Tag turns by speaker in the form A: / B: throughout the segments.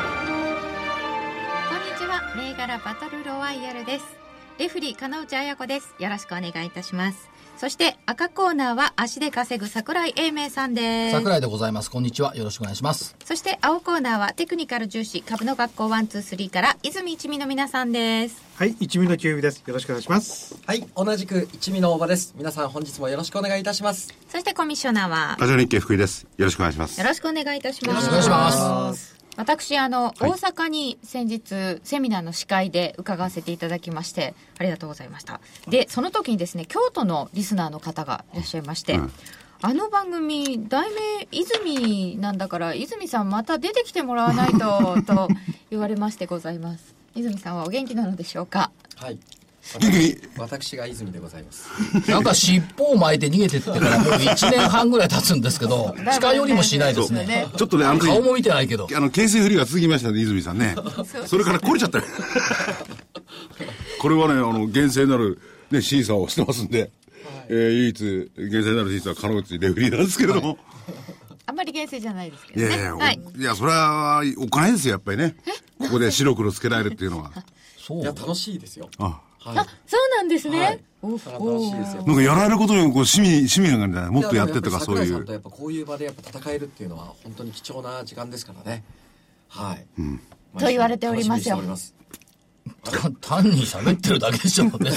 A: こんにちは銘柄バトルロワイヤルですレフリー金内彩子ですよろしくお願いいたしますそして赤コーナーは足で稼ぐ桜井英明さんです
B: 桜井でございます。こんにちは。よろしくお願いします。
A: そして青コーナーはテクニカル重視株の学校123から泉一味の皆さんです
C: はい、一味の給油です。よろしくお願いします。
D: はい、同じく一味の大場です。皆さん本日もよろしくお願いいたします。
A: そしてコミッショナーは
E: ラジオ日経福井です。よろしくお願いします
A: よ。ろしくお願いいたします
B: よろしくお願いしま
A: 私あの、
E: はい
A: 大阪に先日セミナーの司会で伺わせていただきましてありがとうございましたでその時にですね京都のリスナーの方がいらっしゃいまして、
E: うん
A: あの番組題名泉なんだから泉さんまた出てきてもらわないとと言われましてございます泉さんはお元気なのでしょうか
D: はい。私が泉でございます。
B: なんか尻尾を巻いて逃げてってからもう1年半ぐらい経つんですけど、近寄りもしないですね。
E: ちょっとね、あの時、
B: 顔も見てないけど。
E: あの、牽制不利が続きましたね、泉さんね。それから来れちゃったよこれはね、あの、厳正なる、ね、審査をしてますんで、えー唯一、厳正なる審査は、金内レフェリーなんですけれども。
A: あんまり厳正じゃないですけ
E: い
A: どね
E: やいや、
A: はい
E: おいや、それは、お金ですよ、やっぱりね。ここで白黒つけられるっていうのは。
B: そう
D: いや、。楽しいですよ。
E: あ
D: はい。
A: あそうなんですね、
D: はい
A: お
D: 楽しいですよ。
E: なんか、やられることに、こう、市民、市民がね、もっとやってとか、そう
D: やで
E: い
D: もやっぱり桜井さん
E: う
D: と。やっぱこういう場でやっぱ戦えるっていうのは本当に貴重な時間ですからね。はい。
A: と言われておりますよ
D: 楽しみにしており
B: 単に喋ってるだけでしょうね。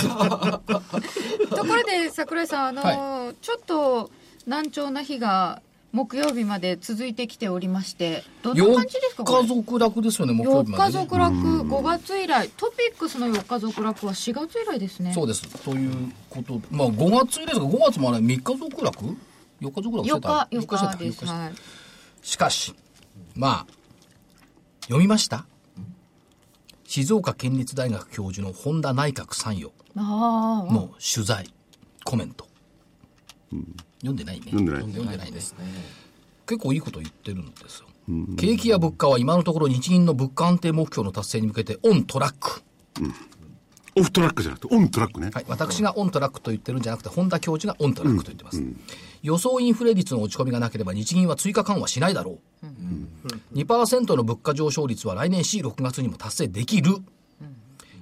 A: ところで桜井さんあの、ちょっと難聴な日が木曜日まで続いてきておりましてどんな
B: 4
A: 感じですかこ
B: 日
A: れ
B: 続落ですよね、木曜日
A: 4
B: ま
A: 日
B: でね。
A: 続落5月以来トピックスの4日続落は4月以来ですね
B: そうです。ということ、まあ5月以来ですが、5月もあれ3日続落 ?4 日続落して
A: 4
B: た
A: 日
B: 四
A: 4日で
B: して
A: す
B: た
A: はい
B: しかし、まあ、読みました静岡県立大学教授の本田内閣参与
A: ああ
B: の取材、コメント。読んでないね。
E: 読んでない
B: 読んでないね。
D: ますね。
B: 結構いいこと言ってるんですよ。景気や物価は今のところ日銀の物価安定目標の達成に向けてオントラック。
E: オフトラックじゃなくて、オントラックね。
B: はい、私がオントラックと言ってるんじゃなくて、本田教授がオントラックと言ってます。予想インフレ率の落ち込みがなければ、日銀は追加緩和しないだろう。2%の物価上昇率は来年 C6 月にも達成できる。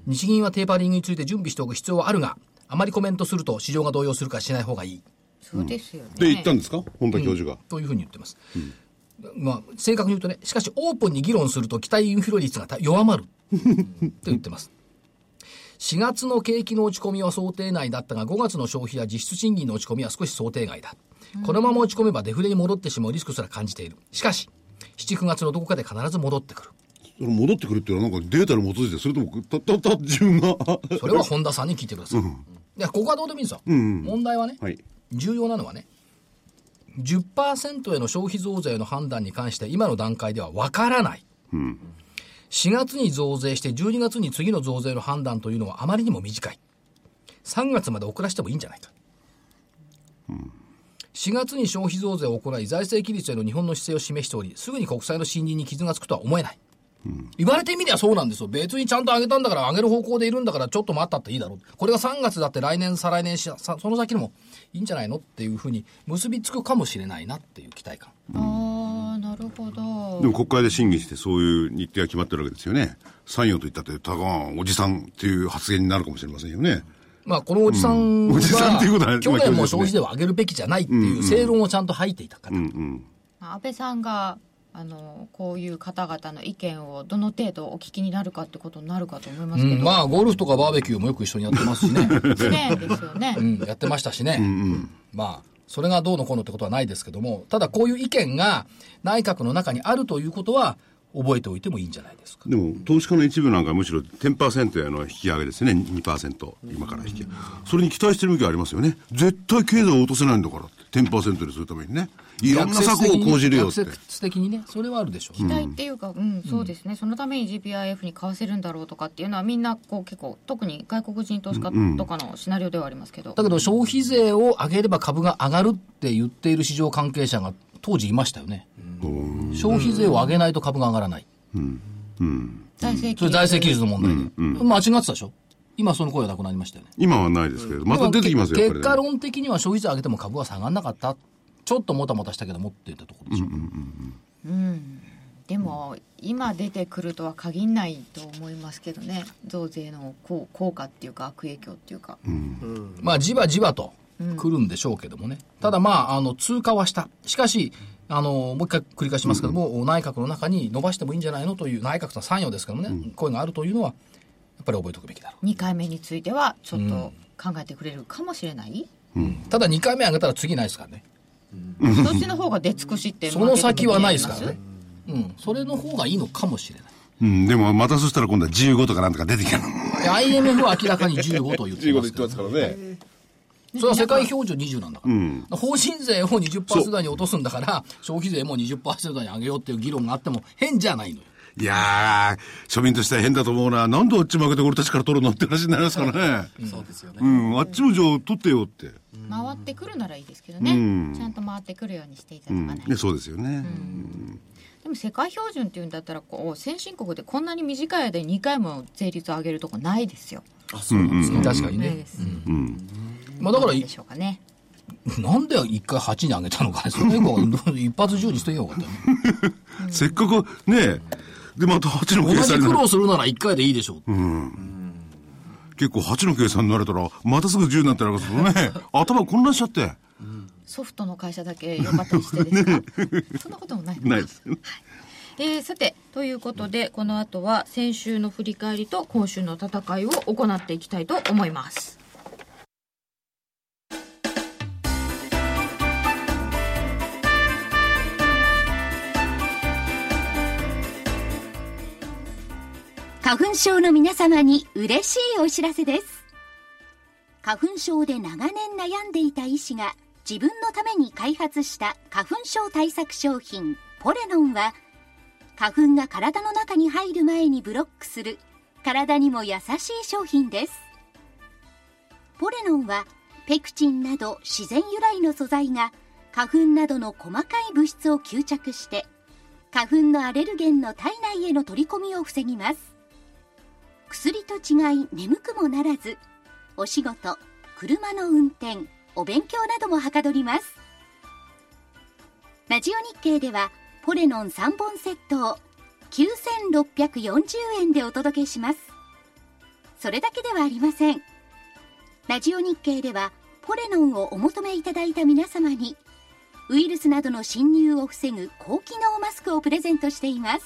B: 日銀はテーパリングについて準備しておく必要はあるが、あまりコメントすると市場が動揺するからしない方がいい。
A: そうですよね
E: で、行ったんですか本田教授が。
B: というふうに言ってます。まあ、正確に言うとね、しかしオープンに議論すると期待インフレ率が弱まると言ってます。4月の景気の落ち込みは想定内だったが、5月の消費や実質賃金の落ち込みは少し想定外だ。このまま落ち込めばデフレに戻ってしまうリスクすら感じている。しかし、7、9月のどこかで必ず戻ってく
E: その戻ってくるっていうのはなんかデータに基づいてそれともたたた自分が
B: る。それは本田さんに聞いてください。いや、ここはどうでもいいんですよ。問題はね、
E: はい
B: 重要なのはね、10%への消費増税の判断に関して今の段階ではわからない。4月に増税して12月に次の増税の判断というのはあまりにも短い。3月まで遅らせてもいいんじゃないか。4月に消費増税を行い財政規律への日本の姿勢を示しており、すぐに国債の信任に傷がつくとは思えない。言われてみりゃそうなんですよ。別にちゃんと上げたんだから上げる方向でいるんだからちょっと待ったっていいだろう。これが3月だって来年、再来年し、さその先にもいいんじゃないのっていうふうに結びつくかもしれないなっていう期待感。
A: ああなるほど
E: でも国会で審議してそういう日程が決まってるわけですよね参与と言ったってたかがおじさんっていう発言になるかもしれませんよね
B: まあこのおじさん
E: うんおじさんっていうことは
B: が
E: ね
B: 去年も消費税を上げるべきじゃないっていう正論をちゃんと吐いていたから。
A: 安倍さんがあのこういう方々の意見をどの程度お聞きになるかってことになるかと思います
B: う
A: けど、
B: ん、まあゴルフとかバーベキューもよく一緒にやってますしね。
A: 1年ですよね、
B: うん、やってましたしね。まあ、それがどうのこうのってことはないですけども、ただこういう意見が内閣の中にあるということは、覚えておいてもいいんじゃないですか。
E: でも、投資家の一部なんかむしろ10%への引き上げですね。2%。今から引き上げ。それに期待してる向きはありますよね。絶対経済を落とせないんだからって。10%にするためにね。いろんな策を講じるよって。
B: 逆説的にね、それはあるでしょう。
A: 期待っていうか、うん、そうですね、そのために GPIF に買わせるんだろうとかっていうのは、みんなこう結構、特に外国人投資家とかのシナリオではありますけど、
B: だけど消費税を上げれば株が上がるって言っている市場関係者が当時いましたよね。消費税を上げないと株が上がらない。
A: 財政
B: それ財政規律の問題で。間違ってたでしょ今その声はなくなりましたよね。
E: 今はないですけれど、また出てきますよ、
B: で
E: や
B: も
E: っ
B: 結
E: ぱりね
B: 果論的には消費税上げても株は下がらなかった。ちょっともたもたしたけどもって言ったところでしょ。
A: でも、今出てくるとは限らないと思いますけどね、増税の効効果っていうか、悪影響っていうか、
B: まあ、じわじわと来るんでしょうけどもね。ただまあ、あの、通過はした。しかし、あの、もう一回繰り返しますけども、内閣の中に伸ばしてもいいんじゃないのという、内閣とは参与ですけどもね、声があるというのは、やっぱり覚えておくべきだろう。
A: 2回目については、ちょっと考えてくれるかもしれない、
B: ただ2回目上げたら次ないですからね。
A: そっちの方が出尽くしって、
B: その先はないですから
A: マーケッ
B: ね。うん。それの方がいいのかもしれない。
E: うん、でもまたそしたら今度は15とかなんとか出てきたの。
B: で IMF は明らかに15と言ってますけど、
E: からね。
B: それは世界標準20なんだから。法人税を20%台に落とすんだから、消費税も20%台に上げようっていう議論があっても変じゃないのよ。
E: いやー、庶民としては変だと思うな。なんであっち負けて俺たちから取るのって話になりますからね。
D: そうですよね、
E: うん、あっちもじゃあ取ってよって。
A: トも回ってくるならいいですけどね、ちゃんと回ってくるようにしていただ
E: う
A: か
E: ん、
A: ないと。
E: ね、そうですよね。
A: でも世界標準っていうんだったらこう先進国でこんなに短い間に2回も税率を上げるとこないですよ。
D: あそうなんですか、
B: 確かに
A: ない
B: ね
A: で。す。うん、
B: まあだから、
A: でしょうかね。
B: なんで一回8に上げたのかね。それ以降、一発10にしてよかったよね。
E: せっかく、ねで、また8の
B: 同
E: 計
B: じ
E: 算に
B: 苦
E: なる。
B: 労するなら一回でいいでしょうって。
E: 結構8の計算になれたら、またすぐ10になったら、その ね、頭混乱しちゃって。
A: ソフトの会社だけ良かったりしてですか。そんなこともないのか。
E: ないです。
A: えーさてということでこの後は先週の振り返りと今週の戦いを行っていきたいと思います。
F: 花粉症の皆様に嬉しいお知らせです。花粉症で長年悩んでいた医師が自分のために開発した花粉症対策商品ポレノンは花粉が体の中に入る前にブロックする体にも優しい商品です。ポレノンはペクチンなど自然由来の素材が花粉などの細かい物質を吸着して花粉のアレルゲンの体内への取り込みを防ぎます薬と違い眠くもならずお仕事車の運転お勉強などもはかどりますラジオ日経ではポレノン3本セットを9640円でお届けしますそれだけではありませんラジオ日経ではポレノンをお求めいただいた皆様にウイルスなどの侵入を防ぐ高機能マスクをプレゼントしています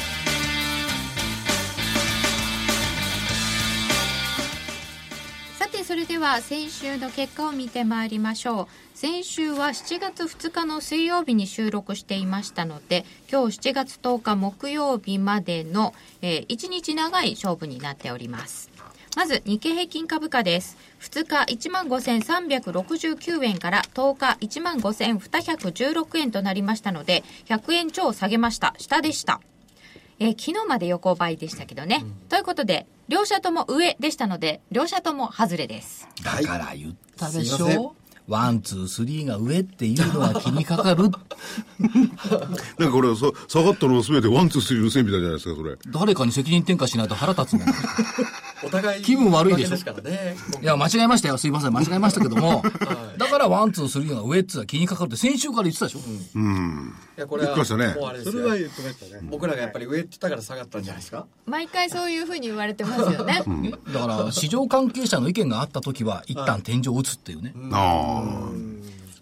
A: さてそれでは先週の結果を見てまいりましょう先週は7月2日の水曜日に収録していましたので今日7月10日木曜日までの、え1日長い勝負になっておりますまず日経平均株価です2日15,369円から10日15,216円となりましたので100円超下げました下でしたえー昨日まで横ばいでしたけどね、ということで両者とも上でしたので両者とも外れです
B: だから言ったでし
D: すいません
B: ょワン、ツー、スリーが上っていうのは気にかかる。
E: なんかこれ、そ下がったのを全てワン、ツー、スリーの線みたいじゃないですか、それ。
B: 誰かに責任転嫁しないと腹立つもん。い
D: お互い
B: 気分悪いでしょ
D: わけですからね
B: や、間違えましたよ。すいません。間違えましたけども。だからワン、ツー、スリーが上っていうのは気にかかるって先週から言ってたでしょ。
D: いやこれは
E: 言ってましたね
D: もうあれです
C: そ
D: よ
C: れは言ってましたね。
D: 僕らがやっぱり上って言ったから下がったんじゃないですか
A: 毎回そういうふうに言われてますよ ね。
B: だから、市場関係者の意見があった時は、一旦天井を打つっていうね。
E: あ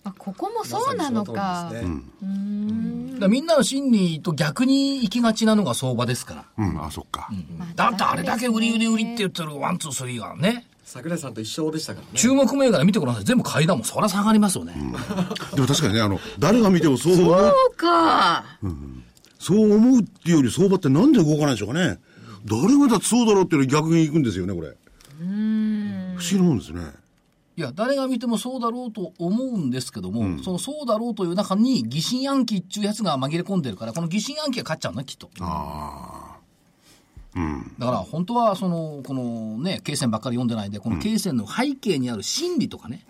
A: あここもそうなのか
D: まさ。にその通りですね
B: だからみんなの心理と逆に行きがちなのが相場ですから。
E: あ。うん、あ、そっか。
B: だってあれだけ売り売り売りって言ってるワン、ツー、スリーがね。
D: 桜井さんと一緒でしたからね
B: 注目銘柄見てください。全部買いだもん。そら下がりますよね。
E: でも確かにね、あの、誰が見てもそう思う、
A: そうか。
E: そう思うっていうより相場ってなんで動かないんでしょうかね。誰がだってそうだろうっていうのに逆に行くんですよね、これ。不思議なもんですね。
B: いや、誰が見てもそうだろうと思うんですけども、そのそうだろうという中に疑心暗鬼っちゅうやつが紛れ込んでるから、この疑心暗鬼が勝っちゃうのね、きっと。だから本当は、その、このね、経線ばっかり読んでないで、この経線の背景にある心理とかね、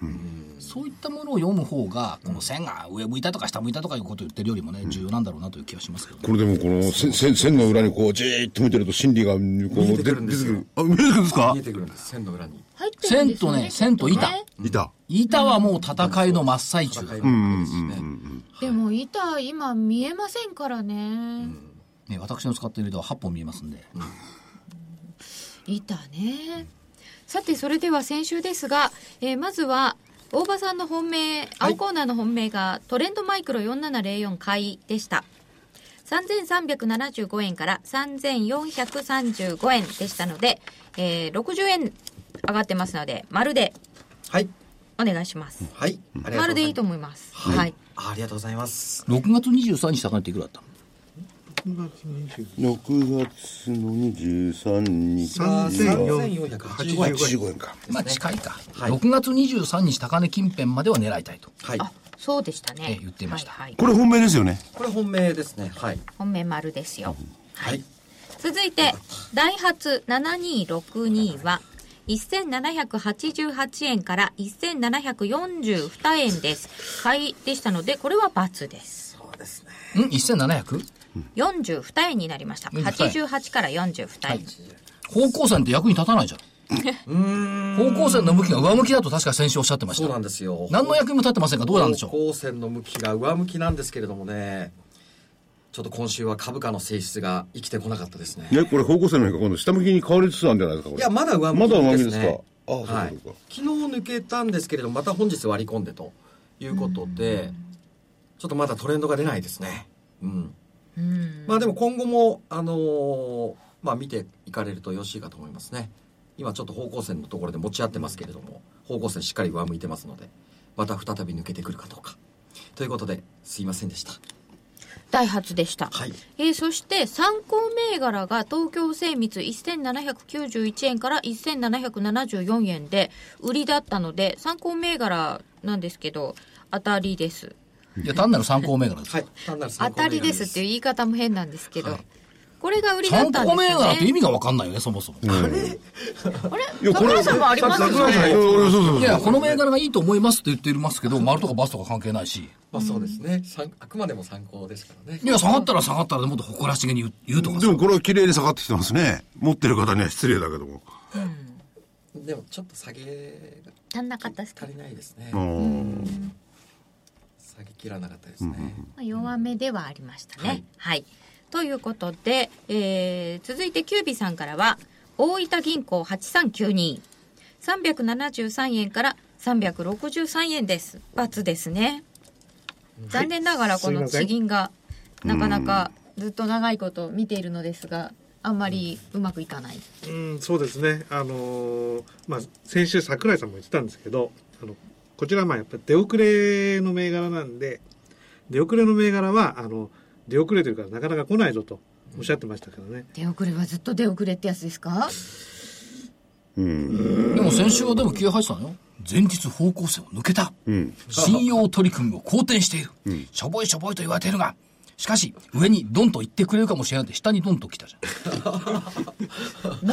B: そういったものを読む方が、この線が上向いたとか下向いたとかいうことを言ってるよりもね、重要なんだろうなという気がしますけどね。
E: これでもこのせせ線の裏にこうじーっと見てると心理がこう
D: 見え
E: 出
D: てく
E: て
D: るんです
E: く
D: よ
E: る。あ、見えてくるんですか
D: 見えてくるんです線の裏に
A: 入ってるん
B: 線
A: です
B: と
A: よ
B: ね、
A: ね。
B: 線と板。
E: いた。
B: 板はもう戦いの真っ最中。
D: 戦いもですしね
A: でも板今見えませんからね。
B: ね、私の使っている枝は8本見えますんで。
A: 板ね。さてそれでは先週ですが、えーまずは大場さんの本命、青コーナーの本命がトレンドマイクロ4704買いでした。3375円から3435円でしたので、えー60円上がってますので、丸で
D: はい
A: お願いします。
D: はいありがとうご
A: 丸
D: ざいます
A: でいいと思います。はい。
D: ありがとうございます
B: 6月23日高値っていくらだったの
E: 6月の23日
D: 3485円
E: 15円か。
B: まあ近いか、
D: はい
B: 6月23日高値近辺までは狙いたいと
D: はい
A: あ、そうでした
B: え
A: ね
B: え。言っていました
A: はいはい
E: これ本命ですよね。
D: これ本命ですねはい
A: 本命丸ですよ。
D: はい
A: 続いてダイハツ7262は1788円から1742円です買いでしたのでこれは×です
D: そうですね
B: うん 1700?
A: 42円になりました
B: 42
A: 88から42円、
B: 方向線って役に立たないじゃん方向線の向きが上向きだと確か先週おっしゃってまし
D: そう
B: た
D: なんですよ
B: 何の役にも立ってませんがどうなんでしょう
D: 方向線の向きが上向きなんですけれどもねちょっと今週は株価の性質が生きてこなかったですね
E: ね、これ方向性の変化、今度下向きに変わりつつあるんじゃないですか、こ
D: い
E: れ。
D: やまだ上向
E: ま
D: き
E: だ上向き
D: で
E: ですす
D: ね
E: か。あ、そうか
D: は
E: そ
D: いう
E: か。
D: 昨日抜けたんですけれどもまた本日割り込んでということでちょっとまだトレンドが出ないですねうんまあでも今後もあのーまあ見ていかれるとよろしいかと思いますね今ちょっと方向線のところで持ち合ってますけれども方向線しっかり上向いてますのでまた再び抜けてくるかどうかということですいませんでした
A: ダイハツでした、
D: はい
A: えーそして参考銘柄が東京精密1791円から1774円で売りだったので参考銘柄なんですけど当たりです
B: いや単なる参考銘柄です、
D: はい単なる
A: 当
D: 参考
A: た
D: 銘柄
A: りですっていう言い方も変なんですけど、
D: はい
A: これが売りだっ
B: 参
A: たんで
B: 考
A: す
B: 銘柄
A: よ
B: って
A: ね
B: 意味が分かんないよねそもそも、
A: あれ
E: いやこれ
A: 桜井さんもありますよ
E: 桜井さん
A: ね
E: いや俺そうそうそう
B: いやこの銘柄がいいと思いますって言ってますけど丸とかバスとか関係ないし
D: まあそうですね参あくまでも参考ですからね
B: いや下がったら下がったらでもっと誇らしげに言う言うとか
E: で
B: さ
E: もこれは綺麗に下がってきてますね。持ってる方には失礼だけども。
D: でもちょっと下げが
A: 足んなかったですけど
D: 足りないですね
E: あー
D: 下げきらなかったですね、
A: まあ弱めではありましたね、
D: は
A: はいい、ということで、えー続いてキュービさんからは大分銀行8392 373円から363円です×ですね残念ながらこ
C: すい
A: の
C: ません
A: 地銀がなかなかずっと長いこと見ているのですがあんまりうまくいかない
C: うん、そうですね。あのーまあ、先週桜井さんも言ってたんですけど、あの、こちらはまあやっぱり出遅れの銘柄なんで、出遅れの銘柄は、あの、出遅れというかなかなか来ないぞとおっしゃってましたけどね。
A: 出遅れはずっと出遅れってやつですか
E: うん。
B: でも先週はでも気が入ってたのよ前日方向線を抜けた、
E: うん。
B: 信用取り組みを好転している、しょぼいしょぼいと言われているがしかし上にドンと行ってくれるかもしれないって下にドンと来たじ ゃん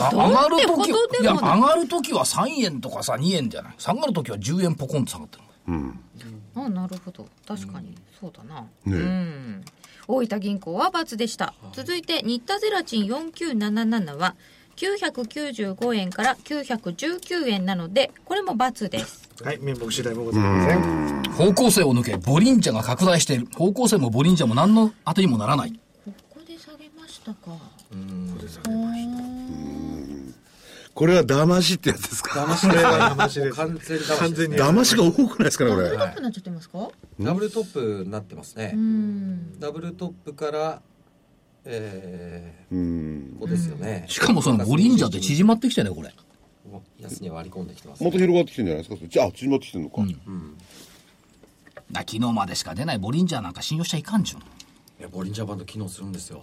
B: あ上がる
A: どうって
B: 時
A: こと
B: い
A: で
B: や
A: もない
B: 上がる時は3円とかさ2円じゃない下がる時は10円ポコンと下がってる
E: うん。
A: あなるほど確かに、そうだな、
E: え
A: うん大分銀行は×でした、続いて新田ゼラチン4977は995円から919円なのでこれも×です
C: はい、面目次第もございません。
B: 方向性を抜け、ボリンジャが拡大している。方向性もボリンジャも何の当てにもならない。
A: ここで下げましたか
E: これは騙しってやつですか
D: 騙しですね
C: 騙しです
D: もう完全に騙しですね
C: 完全に
E: 騙しが多くないですかね、これ。
A: 高くなっちゃってますか
D: ダブルトップになってますね、
A: うん
D: ダブルトップからえ
E: うん。
D: ー、ここですよね、
B: しかもそのボリンジャって縮まってきてね、これ。
D: もう安値割り込んできてます、
E: もっと広がってきてんじゃないですかそれじゃあ、縮まってきてんのか。
B: だ昨日までしか出ないボリンジャーなんか信用しちゃいかんじゅん。
D: いやボリンジャーバンド機能するんですよ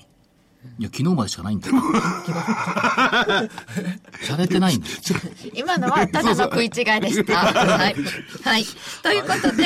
B: いや、昨日までしかないんだ よ。洒落てないんだよ。
A: 今のはただの食い違いでした。 はい。はい。ということで、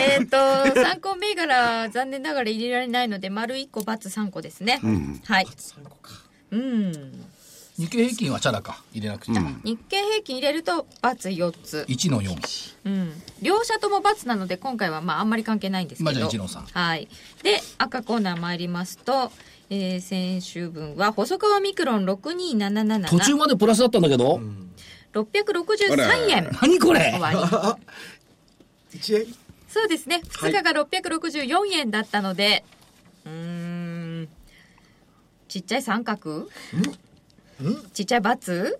A: えっ、と、参考銘柄、残念ながら入れられないので、丸1個、×三個ですね。はい。
D: 3個か
A: うん。
B: 日経平均はチャラか。入れなくちゃ。
A: 日経平均入れると、×4 つ。
B: 1の4。
A: うん。両者とも×なので、今回はまあ、あんまり関係ないんですけど。
B: まあじゃあ一郎さん
A: はい。で、赤コーナー参りますと、えー先週分は、細川ミクロン6277。
B: 途中までプラスだったんだけど。
A: 663円。
B: 何これ
A: 終わり。
C: 一円
A: そうですね。2日が664円だったので、うーん、ちっちゃい三角ちっちゃいバツ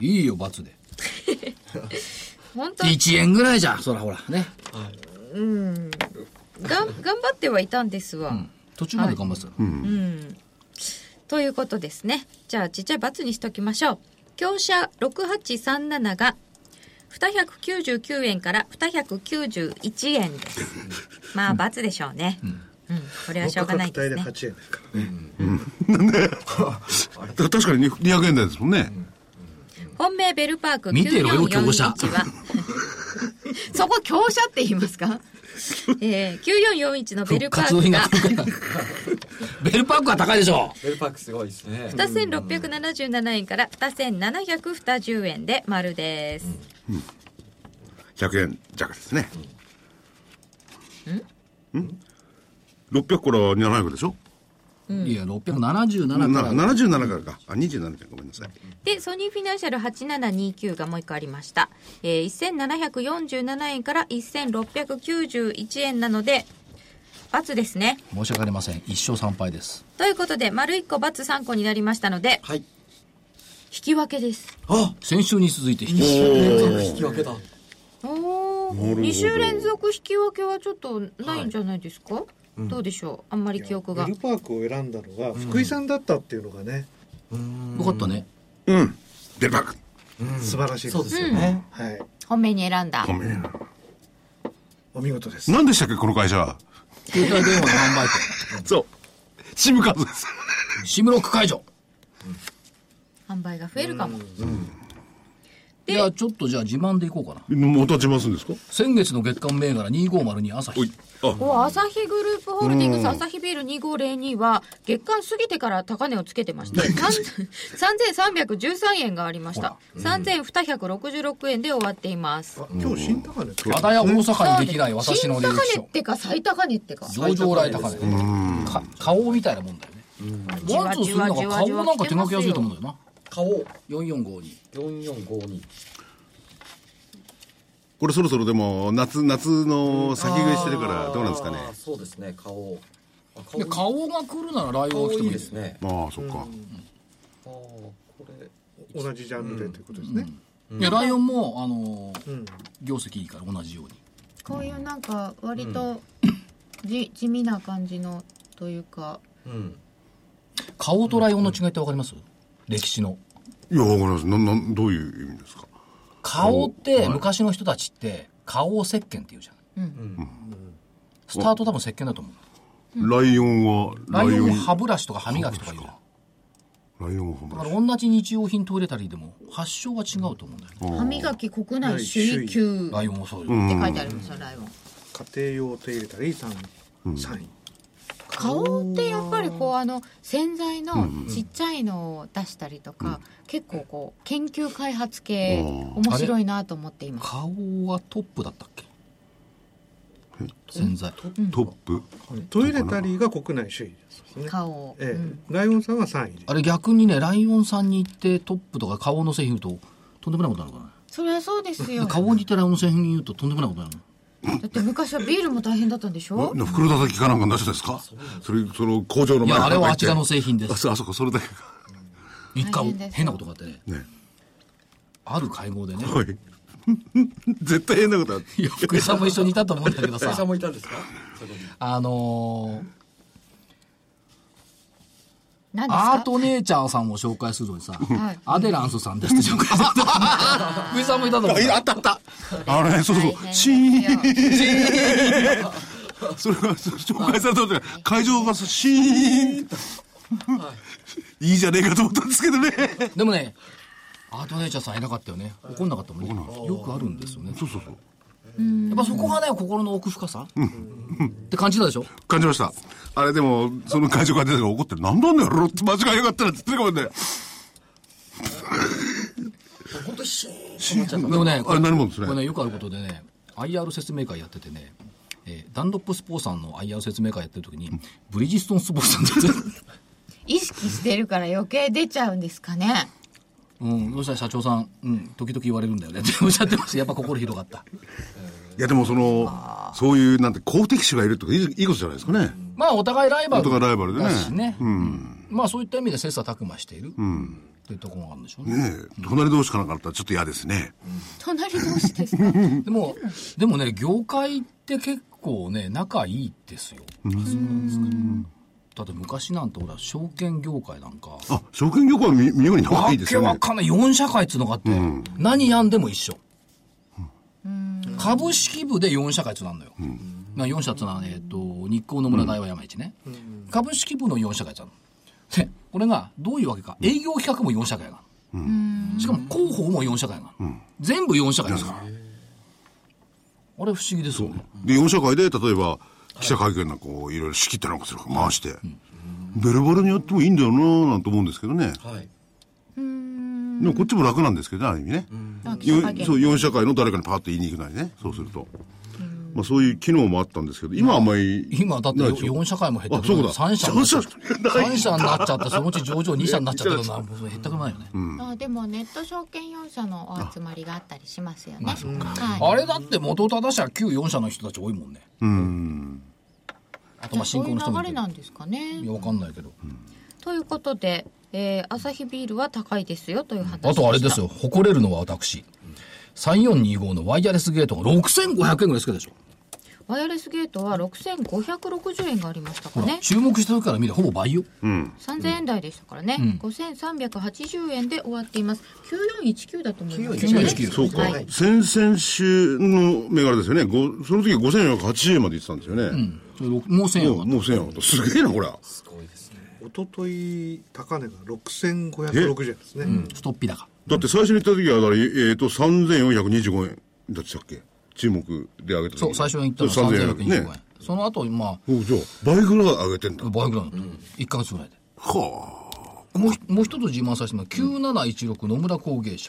B: いいよ、罰で。
A: 本当
B: 1円ぐらいじゃ。そらほら、ね。
A: がん頑張ってはいたんですわ。
B: 途中まで頑張ってたよ
A: ということですね。じゃあ、ちっちゃいバツにしときましょう。強者6837が、299円から291円です。まあ、バツでしょうね。うん、これはしょうがないです
C: で
A: ね。
C: 8円ですからね。
E: た確かに200円台ですもんね。
A: 本命ベルパーク
B: 見てろよ強者
A: 9441は そこ強者って言いますか、えー、9441のベルパークが
B: 復 活の日が来るからベルパックは高いでしょ
D: ベルパックすごいですね
A: 2677円から2720円で丸です、
E: 100円弱ですね。ん ?600 から700でしょ
B: いや、677から。
E: な77からか。あ、27じゃんごめんなさい。
A: でソニーフィナンシャル8729がもう一個ありました、えー、1747円から1691円なので×ですね
B: 申し訳ありません。一勝3敗です。
A: ということで丸1個×3 個になりましたので
D: はい
A: 引き分けです
D: あ
B: 先週に続いて引き分け
D: 連続引き分けだ
A: おお
E: るほど
A: 2週連続引き分けはちょっとないんじゃないですか、どうでしょうあんまり記憶が
C: ベルパークを選んだのが福井さんだったっていうのがね、
B: よかったね。
E: うん。デルパック。
C: 素晴らしい
D: そうですよね、
C: はい。
A: 本命に選んだ
E: ごめん。
C: お見事です。
E: 何でしたっけ、この会社。
B: 携帯電話の販売
E: そう。シムカードです。
B: 店。シムロック解除。
A: 販売が増えるかも、
B: い
A: で
B: や、ちょっとじゃあ自慢でいこうかな。
E: また自慢するんですか
B: 先月の月間銘柄2502朝
E: お
B: 日
E: い。。あ、
A: おアサヒグループホールディングスアサヒビール2502は月間過ぎてから高値をつけてまして3313円がありました3266円で終わっています
C: あ今日新高値つけ
B: ま
C: た
B: たや大阪
A: そう
B: にで
A: で
B: すきない私の
A: 新
B: 履
A: 高
B: 歴
A: 値
B: 書。
A: ってか最高値ってか
B: 上場来高値。か顔みたいなもんだよね。ワンツーするのが顔なんか手掛けやすいと思うんだよ
D: 買おう
B: な。4452。
D: 4452
E: これそろそろでも、夏、夏の先食いしてるから、どうなんですかね
D: あー。そうですね買おうあ買お
B: で、
D: う
B: 顔が来るならライオンが
D: 顔
B: 来て
D: い
B: も
D: い
B: いい
D: で
B: ですすね。
D: ね
E: ああ、そっか。
D: ああこれ
C: 同じジャンルでということですね。
B: いや、ライオンも、あのー
C: うん。
B: 業績いいから同じように。
A: こういうなんか割とじ、地味な感じのというか
D: うん
B: 顔とライオンの違いってわかります、歴史の。
E: いや、わかります。なん、なん、どういう意味ですか
B: 顔って、昔の人たちって、顔を石鹸って言うじゃん。スタート多分石鹸だと思う。
E: ライオンは、
B: ラ
E: ラ
B: イ
E: イ
B: オ
E: オ
B: ン
E: ン
B: は。歯ブラシとか歯磨きとか言うじゃん。
E: ライオンはほん
B: だか
E: ま
B: ら同じ日用品トイレたりでも、発祥は違うと思うんだよね。
A: 歯磨き国内首位級
B: ライオンもそうよ。
A: って書いてありますよライオン
C: 家庭用手入れたらいい三三位。
A: 顔ってやっぱりこうあの洗剤のちっちゃいのを出したりとか、結構こう研究開発系面白いなと思っています
B: 顔はトップだったっけ洗剤。
E: トップ
C: トイレタリーが国内首位ですね。
A: 顔を、
C: ええライオンさんは3位で
B: あれ逆にね、ライオンさんに行ってトップとか顔の製品言うと、とんでもないことになるからね。
A: そりゃそうですよ
B: 顔に行ってライオンの製品言うととんでもないことになるの。
A: だって昔はビールも大変だったんでしょ
E: な袋叩きかなんかなしですかそれ、その工場の
B: い
E: 前
B: や、あれはあちらの
E: 製
B: 製品で
E: 品あ、
B: す。
E: そう、あそこ、それだけか。
B: 一回
A: 大変です
B: 変なことがあってね、
E: ね。
B: ある会合でね、
E: はい。 絶対変なことある。
B: いや福井さんも一緒にいたと思うんだけど
D: さん
B: さ、
D: もいたんですかそういうこと
B: あのー
A: 何ですか
B: アートネイチャーさんを紹介するのにさ、
A: はい
B: アデランスさんですって紹介 された。福井さんもいたと思う。
E: あったあった。あれ、そうそう
A: 大変で。すよ
E: シーン。それがそ紹介された時に会場がシーン。いいじゃねえかと思ったんですけどね。
B: でもね、アートネイチャーさんいなかったよね。怒んなかったもんね。よくあるんですよね。
E: そうそうそう。
B: やっぱそこがね、心の奥深さって感じたでしょ
E: 感じました。あれでも、その会場から出たから怒ってる。なんだんだよ、ロッツ間違いやがったらって言ってるかもね。
D: 本当にシーン
B: でもね、
E: あれ何者です
B: こ
E: ね
B: れね、よくあることでね、IR 説明会やっててね、えーダンロップスポーさんの IR 説明会やってる時に、ブリヂストンスポーさんって言って
A: 意識してるから余計出ちゃうんですかね
B: うん、どうしたら社長さん、うん、時々言われるんだよねっておっしゃってました。やっぱ心広がった。
E: いやでもその、そういうなんて公敵視がいるってこといいいいことじゃないですかね。
B: まあ、お互いライバ
E: お互いライバ
B: ル
E: ルでね
B: だしね。まあ、そういった意味で切磋琢磨しているっていうところがあるんでしょうね。
E: ねえ、隣同士かなんかだったらちょっと嫌ですね。
A: 隣同士で すか
B: でも、でもね、業界って結構ね、仲いいですよ。だって昔なんて、ほら、証券業界なんか、
E: あ、証券業界はみ妙に
B: わ
E: 仲いいです
B: け
E: よ
B: わ
E: ね。
B: かんない、4社会っつうのがあって、何やんでも一緒。株式部で4社会っつうのあんのよ。な4社っつうのは、えっ、と、日光の村大和山市ね、株式部の4社会っつうの。で、これがどういうわけか、営業企画も4社会なの。しかも広報も4社会なの。全部4社会ですから。あれ不思議ですよね。
E: で、4社会で、例えば、記者会見なんかをいろいろ仕切ってなんかするから回して、ベルバラにやってもいいんだよなぁなんて思うんですけどね。
D: はい
E: でもこっちも楽なんですけどね、ある意味ね。
A: なんか記者会見
E: よそう、4社会の誰かにパーって言いに行くなりね、そうすると。まあそういう機能もあったんですけど、今はあんまり。
B: 今だって
E: ないでしょ
B: 4社会も減っ
E: あ
B: て
E: そうだ
B: 3社になっちゃっ
E: 三
B: た3社になっちゃってそのうち上場2社になっちゃったからもう減ったくないよね、
A: あでもネット証券4社のお集まりがあったりしますよねはい
B: あれだって元を正しゃ旧4社の人たち多いもんね
E: うん。
B: あと
A: じゃ
B: ま
A: あ
B: あ
A: そ
B: 新
A: うい
B: 興
A: う
B: の人もい
A: 流れ
B: る
A: なんですかね
B: いやわかんないけど、
A: ということで、えー、アサヒビールは高いですよという話
B: あとあれ
A: で
B: で
A: し
B: す
A: た
B: よ誇れるのは私3425のワイヤレスゲートが6500円ぐらいつけたでしょ
A: ワイヤレスゲートは6560円がありましたか
B: ほら、
A: ね
B: 注目した時から見ればほぼ倍よ
A: 3000円台でしたからね、5380円で終わっています9419だと思います
B: 9419
E: そうか。
A: はい
E: 先々週の銘柄ですよね。ごその時5480円まで行ってたんですよね。
B: それろくもう1000円
E: も
B: は
E: う、もう1000円上がったすげえな、これ。
D: すごいですね
C: 一昨日高値が6560円ですね、
B: ストッピ高
E: だって最初に言った時は、だからえっ、と、3425円だったっけ注目で上げた時
B: そう最初に言ったの
E: そう
B: は
E: 3425
B: 3425
E: 円。
B: 円、
E: ね。
B: その後ま
E: おじゃあ、倍ぐらい上げてんだ
B: あ。倍ぐらいだった、1ヶ月ぐらいで
E: はあ。
B: もうひもう一つ自慢させてもらう9716野村工芸社、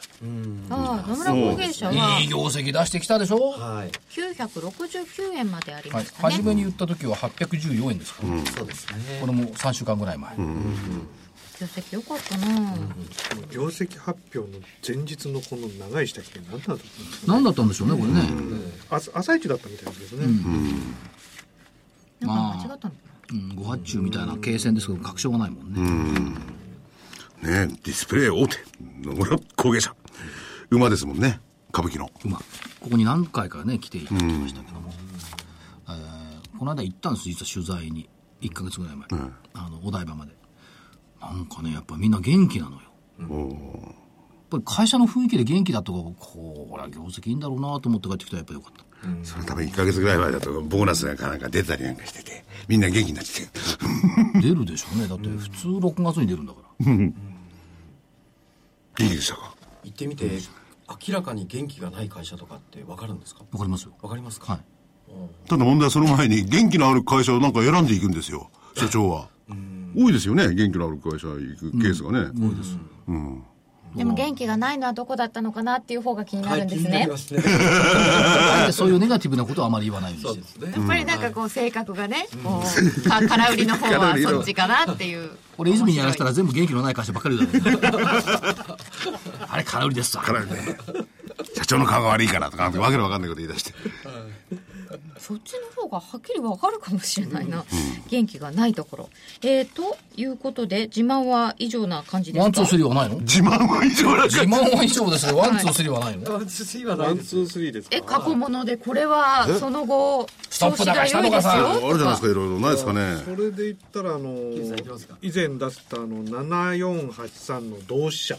A: ああ野村工芸社はい
B: い業績出してきたでしょ、は
D: はい
A: 969円まであり
B: い
A: ましたね、
B: 初めに言った時は814円ですから、
D: そうですね
B: これも3週間ぐらい前、
A: 業績良かったな、
C: 業績発表の前日のこの長い下着って何なんだったんですか
B: 何だったんでしょうねこれね、
C: 朝朝一だったみたいですけどね、
A: なんか間違ったのか
B: うん、ご発注みたいな経線ですけど確証がないもんね、
E: ねえディスプレイ大手。野村工芸者。馬ですもんね。歌舞伎の。
B: まあここに何回かね来ていただきましたけども、えーこの間行ったんです実は取材に1ヶ月ぐらい前、あのお台場までなんかねやっぱみんな元気なのよやっぱり会社の雰囲気で元気だとかこれは業績いいんだろうなと思って帰ってきたらやっぱよかった
E: そのため1ヶ月ぐらい前だと、ボーナスなんかなんか出たりなんかしてて、みんな元気になってて。
B: 出るでしょうねだって普通6月に出るんだから、
E: 元気でしたか
D: 行ってみて明らかに元気がない会社とかってわかるんですか
B: わかりますよ
D: わかりますか
B: はい
E: ただ問題はその前に元気のある会社をなんか選んでいくんですよ、社長は。多いですよね、元気のある会社行くケースがね。多いです。うん。
A: でも元気がないのはどこだったのかなっていう方が気になるんですね。
D: はい気になり
B: あえてそういうネガティブなことはあまり言わないように
D: ま
B: し
D: す
B: て
D: ねそうで
B: る
D: すね
A: やっぱりなんかこう性格がね、こうか空売りの 方はそっちかなっていう。
B: 俺泉にやらせたら全部元気のない会社ばっかりだよね あれ空売りですわ
E: からね社長の顔が悪いからとかなんてわけのわかんないこと言い出して
A: そっちの方がはっきりわかるかもしれないな。元気がないところ。えー、ということで自慢は以上な感じで
B: ワ
A: す
B: ンツー
A: か
B: ス。リーはない の
E: 自慢は以上だ
B: 自慢は以上ですけどワンツースリーはないの、
D: ワンツースリーはな
C: ワ
D: い
C: ン
D: です
C: ツースリーですか
A: え過去物でこれはその後
B: ストップだか
A: 調子が良いですよ
B: 下
E: あるじゃないですかいろいろないですかね
C: それで言ったらあの
D: さんいきますか
C: 以前出したあの7483の同志社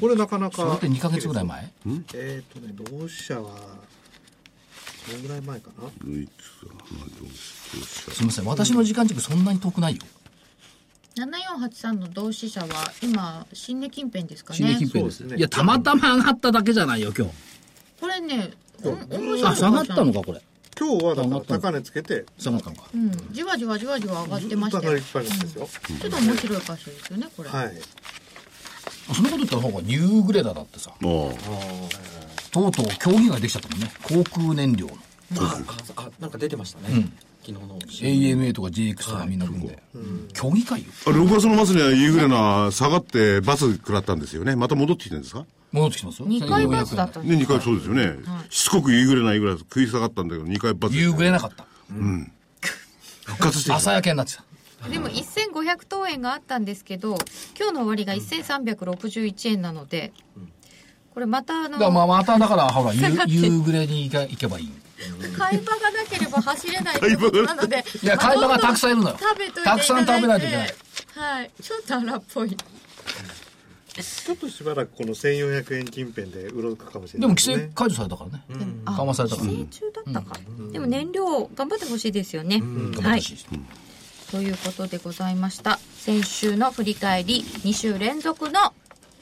C: これなかなか
B: それって2ヶ月ぐらい前
C: えっ、とね同志社はそのぐらい前かな
B: すみません私の時間軸そんなに遠くないよ
A: 7483の同志社は今新根近辺ですか
B: 新
A: ね
B: 年近辺です
C: そうですね
B: いやたまたま上がっただけじゃないよ今日
A: これねお面白い
B: あ下がったのかこれ
C: 今日はだから高値つけて
B: 下がったのか
A: うんじわじわじわじわ上がってました
C: 高
A: よ
C: 値いっぱいなんですよ、
A: ちょっと面白い箇所ですよねこれ、
C: はい
B: あそんなこと言ったらほらニューグレダだってさ
E: も
B: とうとう競技ができちゃったもんね航空燃料の
D: ああなんか出てましたね、昨日の
B: ANA とか GX とかみんな組んで、競技会よ
E: う6月の末には夕暮れな下がってバス食らったんですよねまた戻ってきてるんですか
B: 戻ってきてますよ
A: 2回バスだったん
E: で2回そうですよねしつこく夕暮れないぐらい食い下がったんだけど2回バス
B: 夕暮れなかった
E: 復活してきた
B: 朝焼けになってた
A: でも1500等円があったんですけど今日の終わりが1361円なのでこれまたあ
B: だ
A: の
B: から
A: 買い
B: まあまただからほら夕夕暮れに行け行けばいい
A: 場がなければ走れないということなので
B: いや
A: まあ
B: 買い場がたくさんいるのよ
A: どど食べといてい
B: たくさん食べないといけない
A: だてはいちょっと荒っぽい
C: ちょっとしばらくこの1400円近辺でうろつくかもし
B: で
C: れな
B: も
C: いで
B: 規
C: すね
B: 制解除されたからね
A: あ
B: 緩和されたから
A: 規制中だったか、でも燃料頑張ってほしいですよね、
B: 頑張って
A: は
B: ほ
A: い
B: しい
A: ということでございました先週の振り返り2週連続の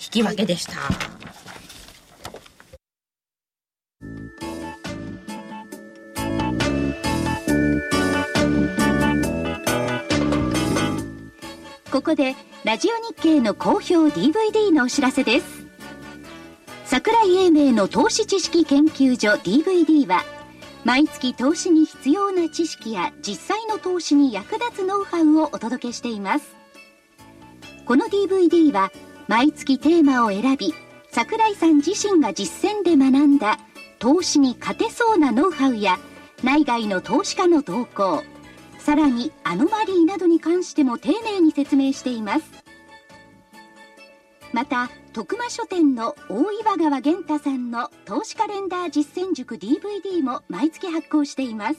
A: 引き分けでした
F: ここでラジオ日経の好評 DVD のお知らせです桜井英明の投資知識研究所 DVD は毎月投資に必要な知識や実際の投資に役立つノウハウをお届けしていますこの DVD は毎月テーマを選び桜井さん自身が実践で学んだ投資に勝てそうなノウハウや内外の投資家の動向さらにアノマリーなどに関しても丁寧に説明していますまた徳間書店の大岩川源太さんの投資カレンダー実践塾 DVD も毎月発行しています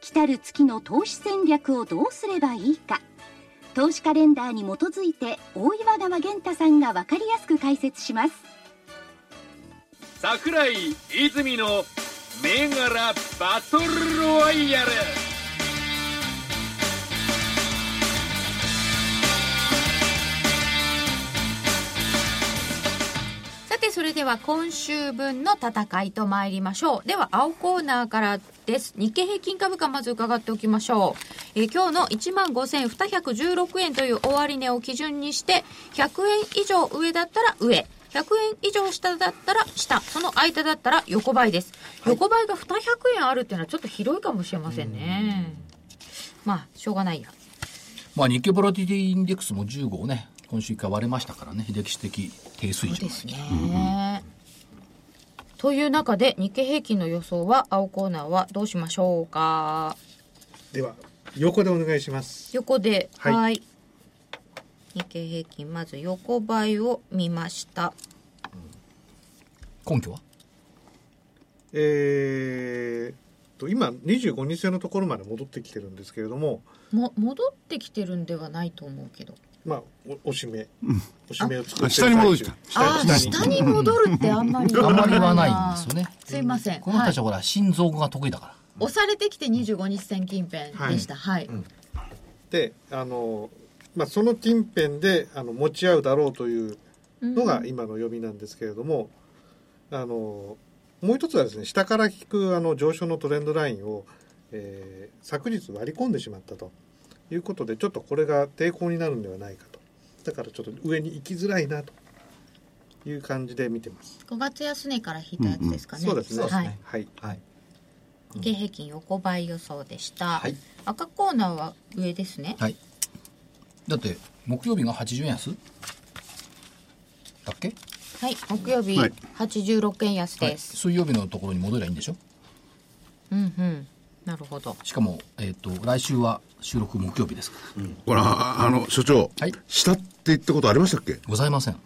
F: 来たる月の投資戦略をどうすればいいか投資カレンダーに基づいて大岩川源太さんが分かりやすく解説します
G: 桜井泉の銘柄バトルロワイヤル
A: さてそれでは今週分の戦いと参りましょうでは青コーナーからです日経平均株価まず伺っておきましょう、えー今日の1万5216円という終値を基準にして100円以上上だったら上100円以上下だったら下その間だったら横ばいです、横ばいが200円あるっていうのはちょっと広いかもしれませんねまあしょうがないや
B: まあ日経ボラティティインデックスも15をね今週一回割れましたからね歴史的低水
A: そう
B: 準
A: ですね。という中で日経平均の予想は青コーナーはどうしましょうか
C: では横でお願いします
A: 横では
C: はいい
A: 日経平均まず横ばいを見ました
B: 根拠は
C: えー、と今25日線のところまで戻ってきてるんですけれども
A: も戻ってきてるんではないと思うけど
C: まあおおしめ、おしめを作ってる
E: 下に戻ってきた
C: 最
A: あ
C: 中
A: あ
C: 下に
A: 下に戻るってあんまり
B: あんまり言わないんですよね
A: すいません、
B: この人
A: は
B: た
A: い
B: ち、はほら心臓が得意だから
A: 押されてきて25日線近辺でしたはい、
C: であの、まあ、その近辺であの持ち合うだろうというのが今の読みなんですけれども、あのもう一つはですね下から引くあの上昇のトレンドラインを、えー昨日割り込んでしまったということでちょっとこれが抵抗になるんではないかとだからちょっと上に行きづらいなという感じで見てます。
A: 5月安値から引いたやつですかね。
C: そうですね。
A: は
C: はいい。。
D: はい。
A: 日経平均横ばい予想でした。
D: はい
A: 赤コーナーは上ですね。
B: はいだって木曜日が80円安だっけ、
A: はい。木曜日
E: はい
A: 86円安
B: はい、
A: です。
B: 水曜日のところに戻りゃいいんでしょ
A: うんうん。なるほど。
B: しかも、えっと来週は収録木曜日ですから
E: ほら、ああの、所長。
B: はい
E: 下って言ったことありましたっけ
B: ございません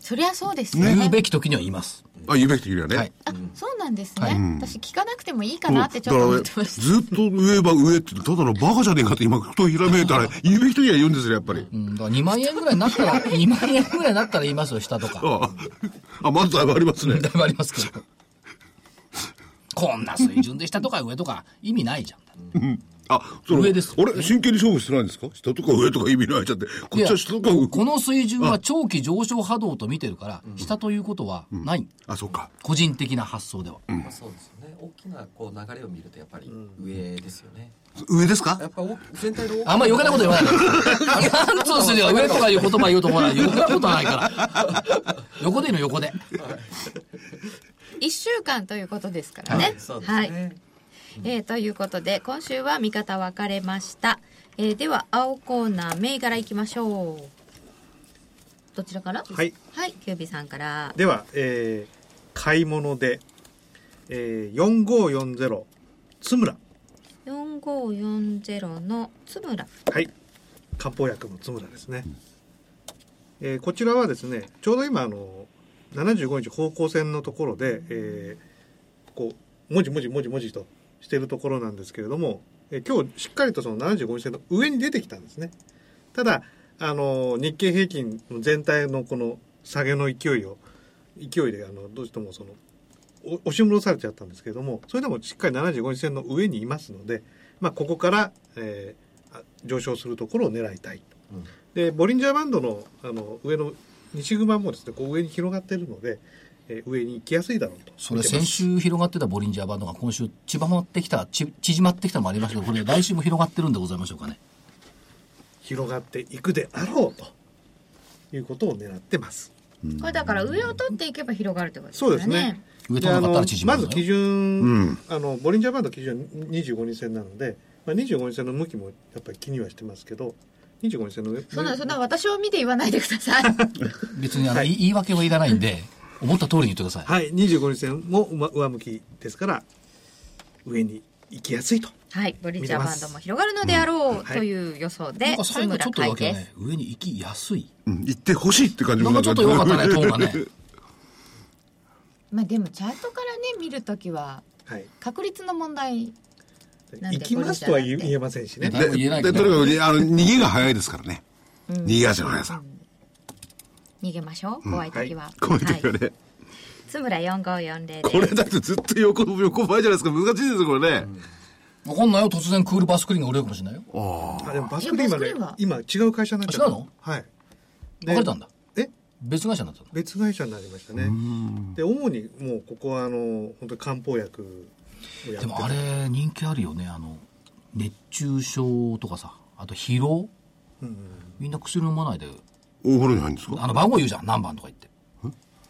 A: そりゃそうですよね。
B: 言うべき時には言います、
E: あ、言うべき時にはね。
B: はい
A: あ、そうなんですね、
B: はい
A: 私聞かなくてもいいか
E: そう
A: な
E: だ
A: ってちょっと思って
E: から
A: ま
E: ね
A: した。
E: ずっと上ば上って、ただのバカじゃねえかって今、ふとひらめいたら、言うべき時には言うんですよ、やっぱり。
B: うん、だから2万円ぐらいになった ら2万円ぐらいになったら言いますよ下とか
E: ああ、まずだいぶありますね
B: だい。ぶありますけどこんな水準で下とか上とか意味ないじゃん
E: あ、その
B: 上です
E: あれ、真剣に勝負してないんですか下とか上とか意味ないちゃって。こっちは下とか上。
B: この水準は長期上昇波動と見てるから、下ということはない、
E: あ、そうか。
B: 個人的な発想では、
D: まあそうですよね。大きなこう流れを見るとやっぱり上ですよね。
E: 上ですか
D: やっぱ大き全体の大きな
B: あんま余計なこと言わない で。ガンツンするよ、上とかいう言葉言うとこない。余計なことはない から。横でいいの、横で。
A: 1週間ということですからね。
D: そうです
A: は
D: ね。
A: い。えーということで、今週は見方分かれました。えーでは、青コーナー、銘柄いきましょう。どちらから
C: はい。
A: はい、キュービーさんから。
C: では、えー買い物で、えー、4540津村
A: 4540のつむら。
C: はい漢方薬の津村ですね、えーこちらはですねちょうど今あの75日方向線のところで、えーこうもじもじもじもじとしてるところなんですけれども、えー今日しっかりとその75日線の上に出てきたんですねただあの日経平均の全体のこの下げの勢いを勢いであのどうしてもそのお押し戻されちゃったんですけれどもそれでもしっかり75日線の上にいますので、まあ、ここから、えーあ上昇するところを狙いたい
D: うん
C: でボリンジャーバンドのあの上の西熊もですねこう上に広がっているので、えー上に行きやすいだろうと
B: それ先週広がってたボリンジャーバンドが今週縮まってきた、ち縮まってきたのもありますけど、これ来週も広がってるんでございましょうかね。
C: 広がっていくであろうということを狙ってます
A: これだから上を取っていけば広がるってことです
C: そう
A: ね。
C: ですね。
B: 上
C: で
B: とな
C: あ
B: かっ
C: の
B: たら縮ま
C: ま
B: るの
C: ず
B: よ
C: 基準、
E: うん
C: あのボリンジャーバンド基準25日線なので、まあ、25日線の向きもやっぱり気にはしてますけど25日線の上
A: そんな、そんな私を見て言わないでください。
B: 別にあの、
C: はい
B: い言い訳はいらないんで、思った通りに言ってください。
C: はい、25日線も上上向きですから上に行きやすいと
A: はい、ボリンジャーバンドも広がるのであろうという予想
B: な
A: で
B: んか、
A: 津
B: 最後ち
A: 村
B: ょっとだ
A: 会
B: け
A: です。
B: ね、上に行きやすい。
E: うん行ってほしいって感じも
B: なんかちょっと弱かったね、トーンがね。
A: まあでもチャートからね見るときは
C: はい
A: 確率の問題なんで
C: 行きますとは言え
A: これじゃなくて
C: 言えませんしね
B: ね 何も言えないけ
E: で、と
B: ど。
E: にかく、あの、逃げが早いですからね。逃げ足の速さ。
A: 逃げましょう怖いときは、
E: こういう時はね、
A: 津村4540です
E: これだってずっと横、横ばいじゃないですか。難しいですよ、これね。
B: わかんないよ、突然クールバスクリーンが売れるかもしれないよ。
C: あでもバスクリーンはね
A: いやバスクリ
C: 今違う会社になっちゃ
B: あ
C: っ
B: 違
C: た
B: うの
C: はいで
B: 別れたんだ。
C: え
B: 別会社になったの。
C: 別会社になりましたねで主にもうここはあの本当に漢方薬をやっ
B: で
C: て
B: もあれ人気あるよねあの熱中症とかさあと疲労
C: うんうん
B: みんな薬飲まないで
E: お風呂に入るんですか
B: あの番号言うじゃん何番とか言って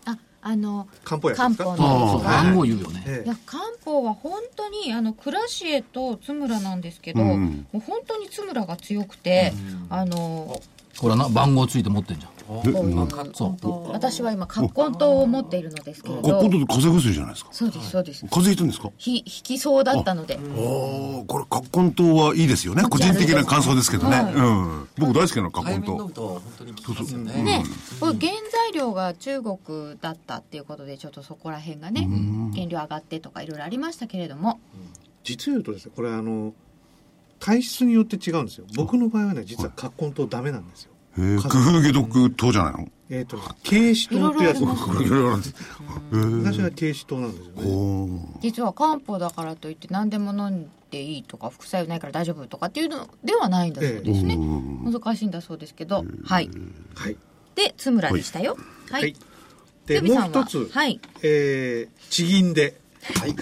A: ああの
C: 漢方薬
A: 漢
C: ですか
A: 方
E: あ
A: の
E: ー
B: そう番号言うよね
C: え
A: いや漢方は本当にあの倉シエと津村なんですけど、
E: うん
A: もう本当に津村が強くて、あの
B: ほらな番号ついて持ってんじゃん
D: そう
A: 私は今葛根湯を持っているのですけれ
E: こ
A: ど
E: 今度風邪薬じゃないですか。
A: そうですそうです
E: 風邪ひいたんですか
A: ひ引きそうだったので
E: ああ、これ、葛根湯はいいですよね。個人的な感想ですけどね。
A: はい
E: うん。僕大好きなの、
D: 早
E: 葛
D: めに飲
E: 根
D: む
E: 湯。
D: と本当に効きますよね。
A: ね、これ原材料が中国だったっていうことでちょっとそこら辺がね原料上がってとかいろいろありましたけれども
C: 実を言うとですねこれあの体質によって違うんですよ僕の場合はね実は葛根湯ダメなんですよ
E: えー、工夫解毒糖じゃないの
C: えっ、とね軽視糖ってやつ
A: いろいろありま
E: これ、これこれえー
C: 昔は軽視糖なんですよね
E: おー
A: 実は漢方だからといって何でも飲んでいいとか副作用ないから大丈夫とかっていうのではないんだそうですね難しいんだそうですけどはい
C: はい
A: で津村でしたよは
C: はいい
A: テ
C: で
A: ビ
C: もう
A: さんは
C: 一つ、
A: はい
C: えー地銀で
D: はい。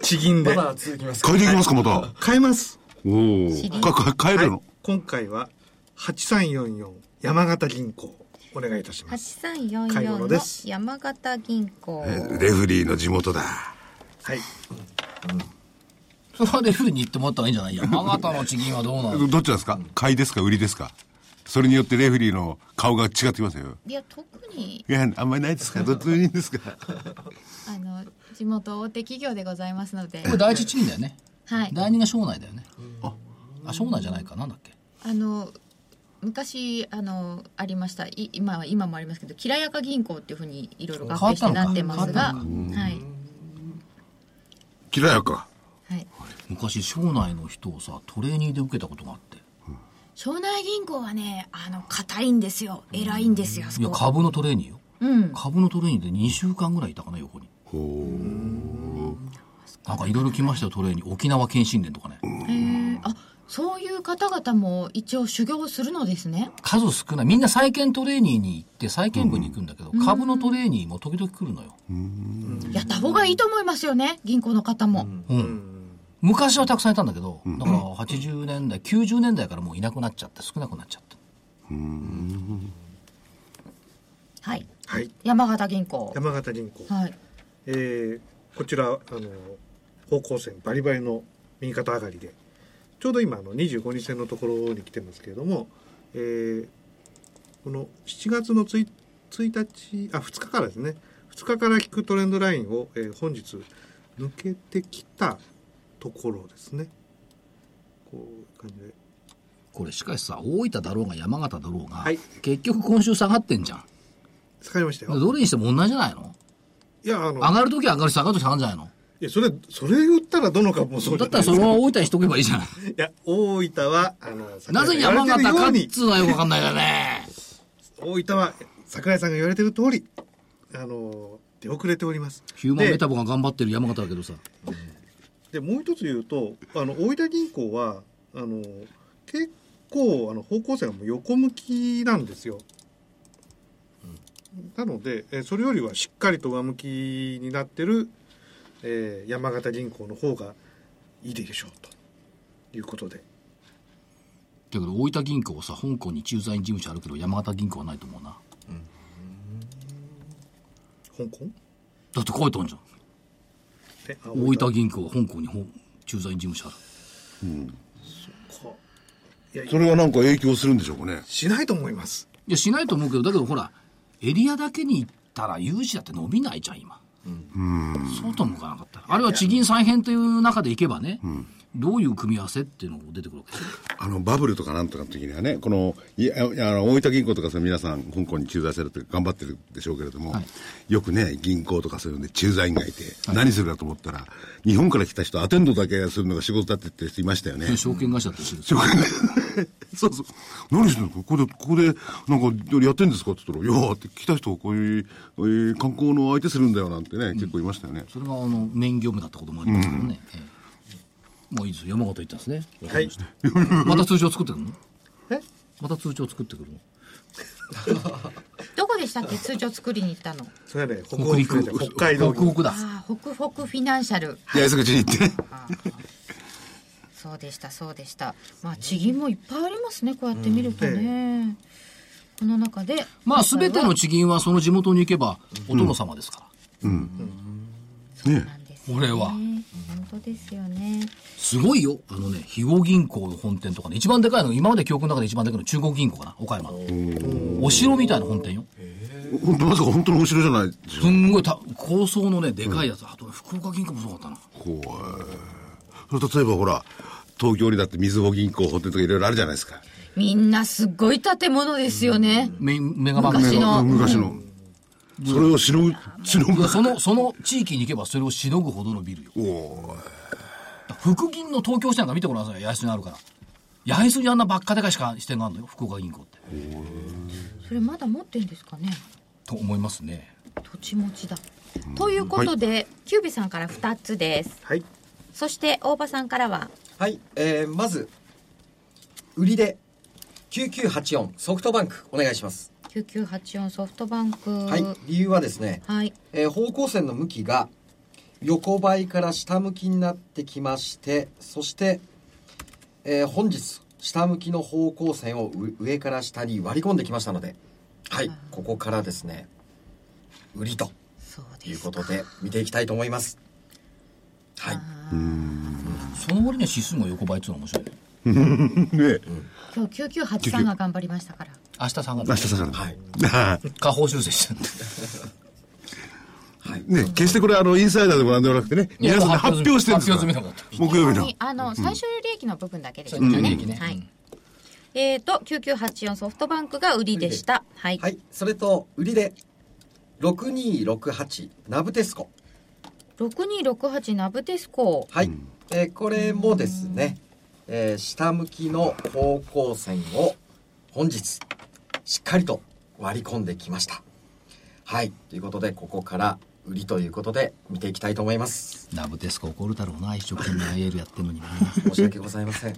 C: 地銀
D: ま
C: で
D: だ続きますか
E: 変えていきますか、また。
C: 買えます
E: おお。か、か、変える
C: は
E: の
C: い、今回は8344山形銀行お願いいたします。
A: 八三四
C: 買い
A: 四
C: 物
A: の
C: です
A: 山形銀行。
E: レフリーの地元だ。
C: はい。
B: それはレフリーに言ってもらったらいいんじゃない山形の地銀はどうなの
E: どどっちなんですか買いですか売りですかそれによってレフリーの顔が違ってきますよ。
A: いや特に
E: いや、あんまりない ですかどっちでもいいんですか
A: あの地元大手企業でございますので
B: こ、れ第一地銀だよね。
A: はい。
B: 第二が省内だよね。あ、省内じゃないか。なんだっけ。
A: あの昔あのありましたい今は今もありますけどきらやか銀行っていうふうにいろいろ合併して
B: 変わ
A: な
B: ったのか
A: ってますが
B: 変わ
A: はい、
E: きらやか。
A: はい、
B: 昔、省内の人をさ、トレーニーで受けたことがあって。
A: 庄内銀行はねあの硬いんですよ偉いんですよあそ
B: いや、
A: こ
B: 株のトレーニーよ。
A: うん
B: 株のトレーニーで2週間ぐらいいたかな、横に。なんかいろいろ来ましたよ、トレーニー。沖縄県神殿とかね。
A: へえあそういう方々も一応修行するのですね
B: 数少ない。みんな債券トレーニーに行って、債券部に行くんだけど、株のトレーニーも時々来るのよ。
A: やった方がいいと思いますよね銀行の方も、
B: 昔はたくさんいたんだけど、だから80年代、90年代からもういなくなっちゃって、少なくなっちゃった。
A: はい
C: はい。
A: 山形銀行
C: 山形銀行。
A: はい
C: えーこちら、あの、方向線バリバリの右肩上がりで、ちょうど今、あの、25日線のところに来てますけれども、えーこの7月の1日、あ、2日からですね、2日から聞くトレンドラインを、えー本日、抜けてきたところですね。こういう感じで。
B: これしかしさ、大分だろうが山形だろうが、
C: はい
B: 結局今週下がってんじゃん。
C: 下がりましたよ。
B: どれにしても同じじゃないの
C: いや、あの、
B: 上がるときは上がるし、下がるとき下がるんじゃないの
C: いや、それ、それ言ったらどの株もそうじ
B: だ
C: ゃ
B: ったら
C: ないです
B: そ
C: か
B: のまま大分にしとけばいいじゃん。
C: いや、大分は、あの、
B: なぜ山形かっ
C: 言われてるように
B: つうのはよくわかんない よね。
C: 大分は、桜井さんが言われてる通り、あの、出遅れております。
B: ヒューマン
C: で
B: メタボが頑張ってる山形だけどさ。
C: で、もう一つ言うと、あの、大分銀行は、あの、結構、あの、方向性がもう横向きなんですよ。なので、えそれよりはしっかりと上向きになってる、えー山形銀行の方がいいでしょう、ということで。
B: だけど大分銀行はさ、香港に駐在員事務所あるけど、山形銀行はないと思うな。
C: 香港
B: だって書いてあるじゃん。
C: えあ
B: 大分銀行は香港に本駐在員事務所ある。
C: かいや
E: それはなんか影響するんでしょうかね。
C: しないと思います。
B: いや、しないと思うけど、だけどほら、エリアだけに行ったら融資だって伸びないじゃん、今。そうともいかなかったら。あるいは地銀再編という中でいけばね、どういう組み合わせっていうのも出てくるわけですよ
E: あの、バブルとかなんとかの時にはね、この、いや、あの、大分銀行とかその皆さん、香港に駐在されて頑張ってるでしょうけれども、よくね、銀行とかそういうので駐在員がいて、何するかと思ったら、日本から来た人、アテンドだけするのが仕事だって言ってる人いましたよね。
B: 証券会社と一緒です
E: そう そうそう。何してんのここで、ここで、なんか、やってんですかって言ったら、いやーって来た人をこういう、こういう観光の相手するんだよなんてね、結構いましたよね。
B: それがあのメ業務だったこともありますけどね、ええもういいですよ山形行ったんですね
C: はい。
B: また通帳作ってくるの
C: え
B: また通帳作ってくるの
A: どこでしたっけ通帳作りに行ったの
C: それはね、北
B: 北陸
C: 北北海道
B: 北
C: 銀行。
B: 北だ
A: ああホクホクフィナンシャル
E: 八重洲口に行ってね。
A: そうでしたそうでしたまあ地銀もいっぱいありますねこうやって見るとね、この中で
B: まあ全ての地銀はその地元に行けばお殿様ですから、
A: そうなんですよね
B: 俺は
A: 本当ですよね
B: すごいよあのね肥後銀行の本店とかね一番でかいの今まで記憶の中で一番でかいの中国銀行かな岡山のお城みたいな本店よ
E: 本当まさか本当のお城じゃないですよ
B: すんごいた高層のねでかいやつ、あとね福岡銀行もそうだったな
E: こうえーそれ例えばほら、東京にだってみずほ銀行本店とかいろいろあるじゃないですか。
A: みんなすごい建物ですよね、
B: メメガバンク
A: 昔の
E: 昔の。それをしのぐ、しの
B: い
E: ぐ
B: や。そのその地域に行けばそれをしのぐほどのビルよ
E: おー
B: 福銀の東京支店なんか見てごらんなさい八重洲にあるから八重洲にあんなばっかでかいしか支店があるのよ福岡銀行って
A: それまだ持ってんですかね
B: と思いますね
A: 土地持ちだということで、キュービさんから2つです
C: はい。
A: そして大場さんからは
D: はい、えー、まず売りで9984ソフトバンクお願いします、
A: 9984ソフトバンク
D: はい、理由はですね、
A: はい
D: えー方向線の向きが横ばいから下向きになってきましてそして、えー本日下向きの方向線をう上から下に割り込んできましたのではい、ここからですね、売りと
A: そうです
D: いうことで見ていきたいと思います。はい。
B: その割には指数も横ばいっていうのは面白いね
E: ね
A: 今日9983が頑張りましたから
B: 明日下が
E: 明
B: る
E: 日下が
D: はい。
E: る。は
B: 下方修正しちゃ って
E: い。ね、決してこれあの、インサイダーでもなんでもなくてね、皆さんで発表してるんで
B: 発
E: すよ
B: 表済みだもん
E: 木曜日の
A: に。あの最終利益の部分だけですよ
B: 最終利
A: ね
B: 益ね
A: は
B: う
A: い
B: ん
A: えーと9984ソフトバンクが売りでしたはい
D: はい。それと、売りで、6268、ナブテスコ。
A: 6268ナブテスコ
D: はい。えーこれもですね、えー下向きの方向線を本日、しっかりと割り込んできました。はい。ということで、ここから売りということで見ていきたいと思い ます。
B: ラブデスク怒るだろうな一生懸命 IL やってるの にな
D: 申し訳ございません。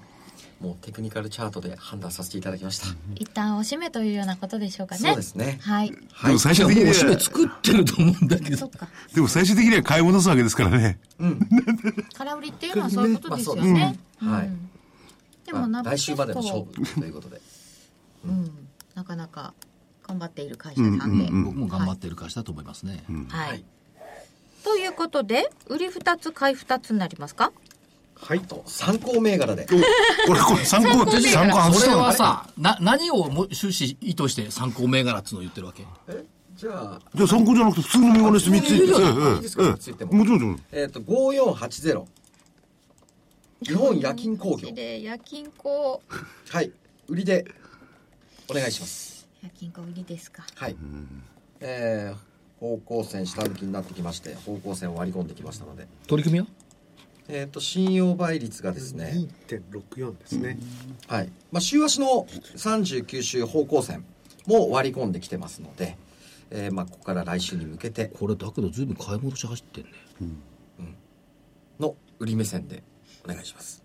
D: もうテクニカルチャートで判断させていただきました。
A: 一旦おしめというようなことでしょうかね
D: そうですね。
A: はい
E: でも最終的に
B: おしめ
E: は、
B: 作ってると思うんだけど
A: そっか
E: でも最終的には買い戻すわけですからね。
A: 空売りっていうのはそういうことですよね
D: まあそうですねはい
A: うんでも
D: ま
A: ナ
D: あ
A: ブテ
D: 来
A: ス
D: 週
A: コ
D: までの勝負ということで。
A: うんなかなか頑張っている会社さんで、
B: 僕も頑張ってる会社だと思いますね、
A: はい、
D: はい
A: ということで売り2つ買い2つになりますか
C: はい
D: あと、参考銘柄で。
E: これ、これ、参考、参考外し
B: そ
E: た
B: れ
E: の
B: はさな何をも終始意図して参考銘柄っつうのを言ってるわけ
D: えじゃあ、
E: じゃあ参考じゃなくて普通の銘柄です、3つ
D: いいですよ
E: ええ
D: いいですか
E: ええ
D: 三つ言っても
E: もちろん、もち
D: えっ、と、5480。日本夜勤工 業。
A: で夜勤工
D: はい。売りで、お願いします。
A: 夜勤工売りですか
D: はい。えー方向線下向きになってきまして、方向線を割り込んできましたので。
B: 取り組みは
D: えっ、と、信用倍率がですね、
C: 2.64ですね、
D: はい。まあ、週足の39週方向線も割り込んできてますので、えーまあ、ここから来週に向けて
B: これだけど随分買い戻し走ってんね
D: の売り目線でお願いします。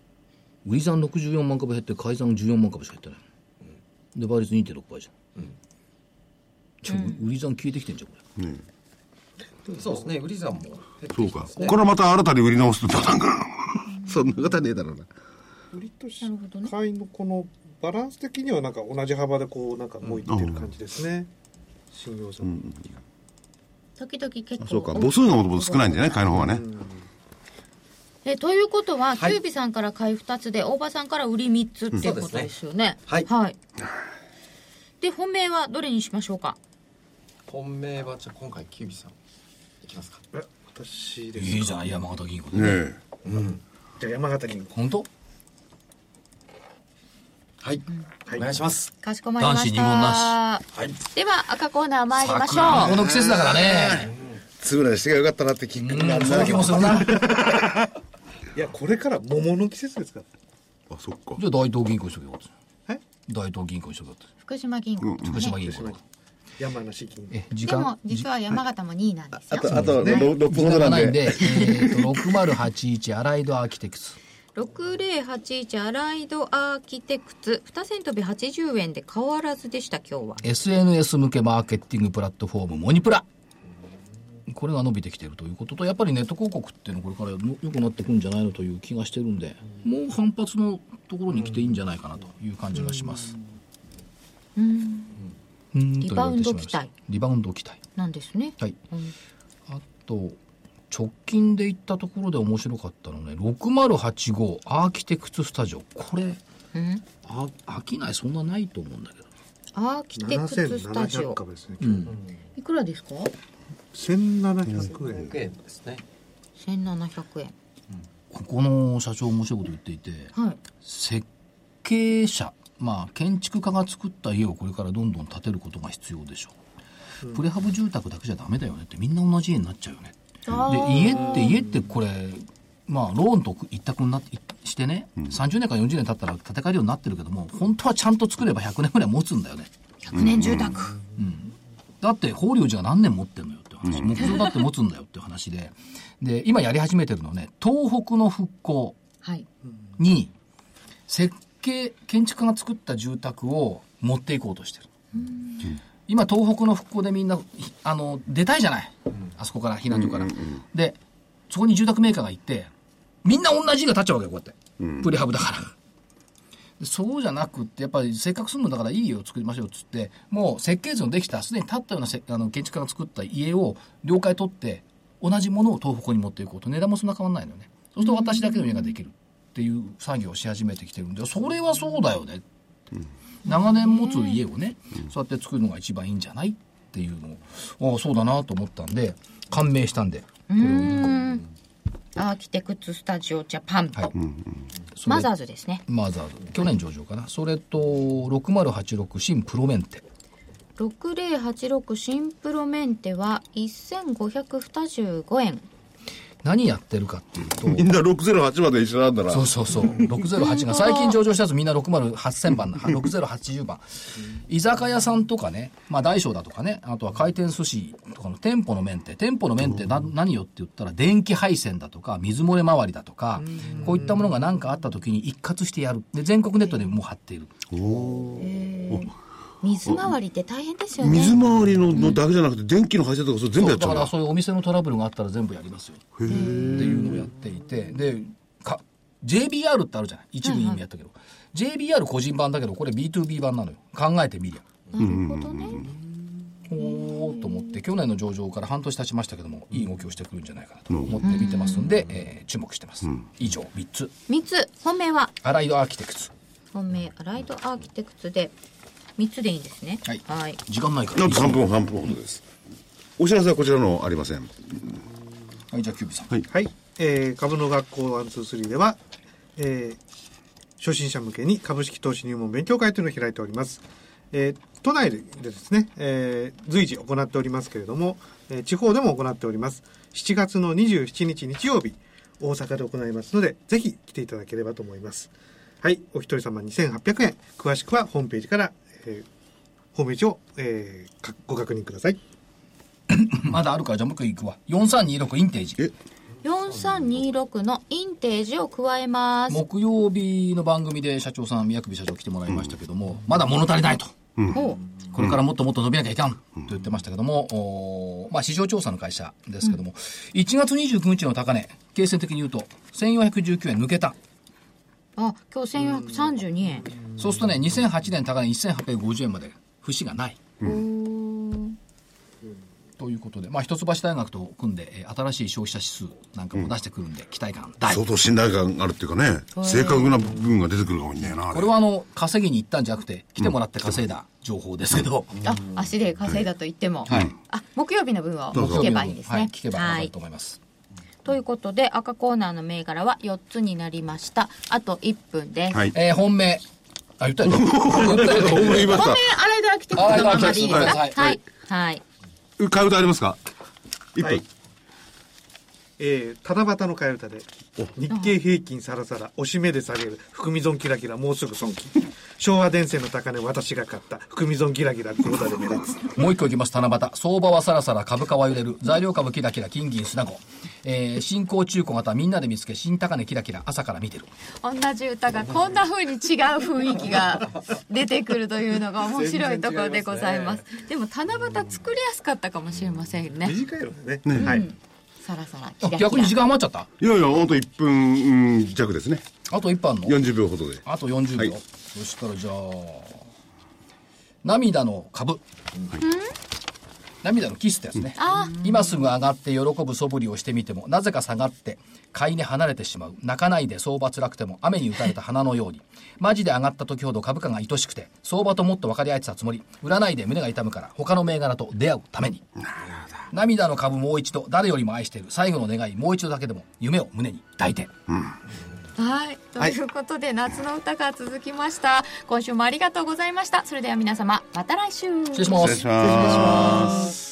B: 売り算64万株減って買い算14万株しか減ってない、で倍率2.6倍じゃん、
D: うん
B: ちょ売り算消えてきてんじゃんこれ
E: ろん。ね
D: そうですね、売り算も減って
E: そう
D: きて
E: か。
D: ま
E: こ
D: す
E: こ
D: ね。
E: からまた新たに売り直すとパターンかな。そんなことはねえだろうな。
C: 売りとし
A: なるほどね
C: 買いのこのバランス的にはなんか同じ幅でこうなんかもういってる感じですね、信用さん、
A: 時々結構
E: そうか。母数がもともと少ないんじゃない買いの方はね。
A: えということは、
D: はい
A: キュービさんから買い2つで大場さんから売り3つっていうことですよね,、
D: そうですね
A: はい、で本命はどれにしましょうか
D: 本命は、じゃあ今回、キュービさん、いきますか。
C: え私です
B: いい
C: か
B: じゃん山形銀行で、
E: ねえ。
D: うん。
C: じゃあ山形銀行
B: 本当
D: はい。
C: はい
D: お願いします。
A: かしこまりました
B: 男
D: はい。
A: では赤コーナー参りましょ
B: こ
A: う
B: の季節だからね
H: つぶらにしてがよかったなってきっかけがあった
B: そんな気もするなじゃ
C: いやこれから桃の季節ですか
E: あ、そっか。
B: あ大東銀行にしとけよ
C: らはい
B: 大東銀行にしとけよ
A: 福島銀行、
B: 福島銀行
C: 島銀行山梨銀行
B: え時
A: でも
B: 間
A: 実は山形も2位なんです
H: あ
A: よ
H: とあと6分ほ
B: 時間
H: ど
B: が
H: な
B: なん
H: で
B: い んで、えー、と6081アライドアーキテクツ
A: 6081アライドアーキテクツ2千飛び80円で変わらずでした今日は
B: SNS 向けマーケティングプラットフォームモニプラこれが伸びてきているということとやっぱりネット広告っていうのこれからよ良くなってくんじゃないのという気がしてるんでもう反発のところに来ていいんじゃないかなという感じがしますうーんと言われてしまいました
A: リバウンド期待
B: リバウンド期待
A: なんですね
B: はい、あと直近で行ったところで面白かったのね6085アーキテクツスタジオこれ
A: うん
B: あ飽きないそんなないと思うんだけど
A: アーキテクツスタジ
C: 7700
A: オ
C: 株ですね、
A: いくらですか
C: 1700円
D: 100円ですね。
A: 1700円
B: ここの社長面白いこと言っていて
A: はい
B: 設計者まあ建築家が作った家をこれからどんどん建てることが必要でしょう、プレハブ住宅だけじゃダメだよねってみんな同じ家になっちゃうよね
A: あ
B: で
A: ー
B: 家って家ってこれまあローンと一択になってしてね、30年か40年経ったら建て替えるようになってるけども本当はちゃんと作れば100年ぐらい持つんだよね
A: 100年住宅
B: だって法隆寺が何年持ってんのよっていう話、目標だって持つんだよっていう話でで今やり始めてるのね東北の復興
A: はい
B: に設計建築家が作った住宅を持っていこうとしてる、今東北の復興でみんなひあの出たいじゃない、あそこから避難所から、でそこに住宅メーカーが行ってみんな同じ家が建っちゃうわけよこうやって、プレハブだからそうじゃなくって、やっぱりせっかく住むんだからいい家を作りましょうっつって、もう設計図のできた、すでに建ったようなせあの建築家が作った家を了解取って、同じものを東北に持っていこうと、値段もそんな変わんないのよね。そうすると私だけの家ができるっていう作業をし始めてきてるんで、それはそうだよね。長年持つ家をね、そうやって作るのが一番いいんじゃないっていうのを、ああ、そうだなと思ったんで、感銘したんで。
A: うんアーキテクツスタジオジャパンと、
B: それ
A: マザーズですね
B: マザーズ去年上場かなそれと6086新プロメンテ
A: 6086新プロメンテは1525円
B: 何やってるかっていう と
E: みんな608まで一緒なんだな。
B: そうそうそう608が最近上場したやつみんな608,000番な6080番 居酒屋さんとかね、まあ、大小だとかねあとは回転寿司とかの店舗の面って店舗の面ってな何よって言ったら電気配線だとか水漏れ回りだとかこういったものが何かあった時に一括してやるで全国ネットでもう貼っている
A: 水回りって大変ですよね
E: 水回りののだけじゃなくて、電気の配線とかそう全部やっちゃ
B: そううだから
E: な。
B: そういうお店のトラブルがあったら全部やりますよっていうのをやっていてでか JBR ってあるじゃない一部意味やったけど、JBR 個人版だけどこれ B2B 版なのよ考えてみりゃ
A: なるほどね
B: おーと思って去年の上場から半年経ちましたけどもいい動きをしてくるんじゃないかなと思って見てますんで、えー注目してます、以上3つ
A: 3つ本命は
B: アライドアーキテクツ
A: 本命アライドアーキテクツで3つでいいんですね
B: はい
A: はい
B: 時間ないから
E: なんと3分半分ほどです。お知らせはこちらのありません。
B: はいじゃあキューブさん、
E: はい
C: はい、えー株の学校123では、えー初心者向けに株式投資入門勉強会というのを開いております。えー都内でですね、えー随時行っておりますけれども、えー地方でも行っております。7月の27日日曜日、大阪で行いますので、ぜひ来ていただければと思います。はい、お一人様2800円。詳しくはホームページから、えーホームページを、えーかご確認ください。
B: まだあるからじゃあもう一回いくわ4326インテージ
E: え
A: 4326のインテージを加えます
B: 木曜日の番組で社長さん宮首社長来てもらいましたけども、まだ物足りないと
A: ほ
B: これからもっともっと伸びなきゃいかんと言ってましたけども、おーまあ、市場調査の会社ですけども、1月29日の高値、経線的に言うと、1419円抜けた。
A: うあ今日1432円
B: そうするとね、2008年高値1850円まで、節がない。ということで、まあ、一橋大学と組んで、えー新しい消費者指数なんかも出してくるんで、期待感大。
E: 相当信頼感あるっていうかね、正確な部分が出てくるかもしれないな。あれ
B: これはあの、稼ぎに行ったんじゃなくて、来てもらって稼いだ情報ですけど、
A: あ足で稼いだと言っても、
B: はい
A: あ木曜日の分を
B: 木曜
A: 聞
B: 日
A: け
B: の
A: ば
B: 分
A: いいんです
B: はい
A: ね。
B: 聞けばわかると思います。
A: ということで赤コーナーの銘柄は4つになりましたあと1分です、
E: はい
B: えー本命。あ、言ったよね。 言ったよね
E: 大盛り言いまし
A: 本命アライドアーキテクスのままでいいですか
B: は
A: はいい
B: は
A: はいい、
E: た。替え歌ありますか一
C: はい
E: 分。
C: えー、七夕の替え歌で日経平均さらさら押し目で下げる含み損キラキラもうすぐ損金昭和伝説の高値私が買った含み損キラキラ黒田で目立つ
B: もう一個いきます、七夕。相場はさらさら、株価は揺れる。材料株キラキラ、金銀砂子。えー、新興中古型、みんなで見つけ、新高値キラキラ、朝から見てる。
A: 同じ歌がこんな風に違う雰囲気が出てくるというのが面白いところでござい ますでも七夕作りやすかったかもしれませんね
C: 短いのでねはい、
A: さらさら
B: あ
A: キラキラ
B: 逆に時間余っちゃった。
E: いやいや、ほんと1分うん弱ですね。
B: あと一般の。
E: 40秒ほどで。
B: あと40秒。
E: はい
B: そしたらじゃあ、涙の株。涙のキスってやつね。
A: あ
B: 今すぐ上がって喜ぶ素振りをしてみてもなぜか下がって買いに離れてしまう泣かないで相場辛くても雨に打たれた花のようにマジで上がった時ほど株価が愛しくて相場ともっと分かり合えてたつもり売らないで胸が痛むから他の銘柄と出会うために涙の株もう一度誰よりも愛してる最後の願いもう一度だけでも夢を胸に抱いて
A: はいということで夏の歌が続きました今週もありがとうございましたそれでは皆様また来週
B: 失礼しま
E: 失礼
B: す
E: します。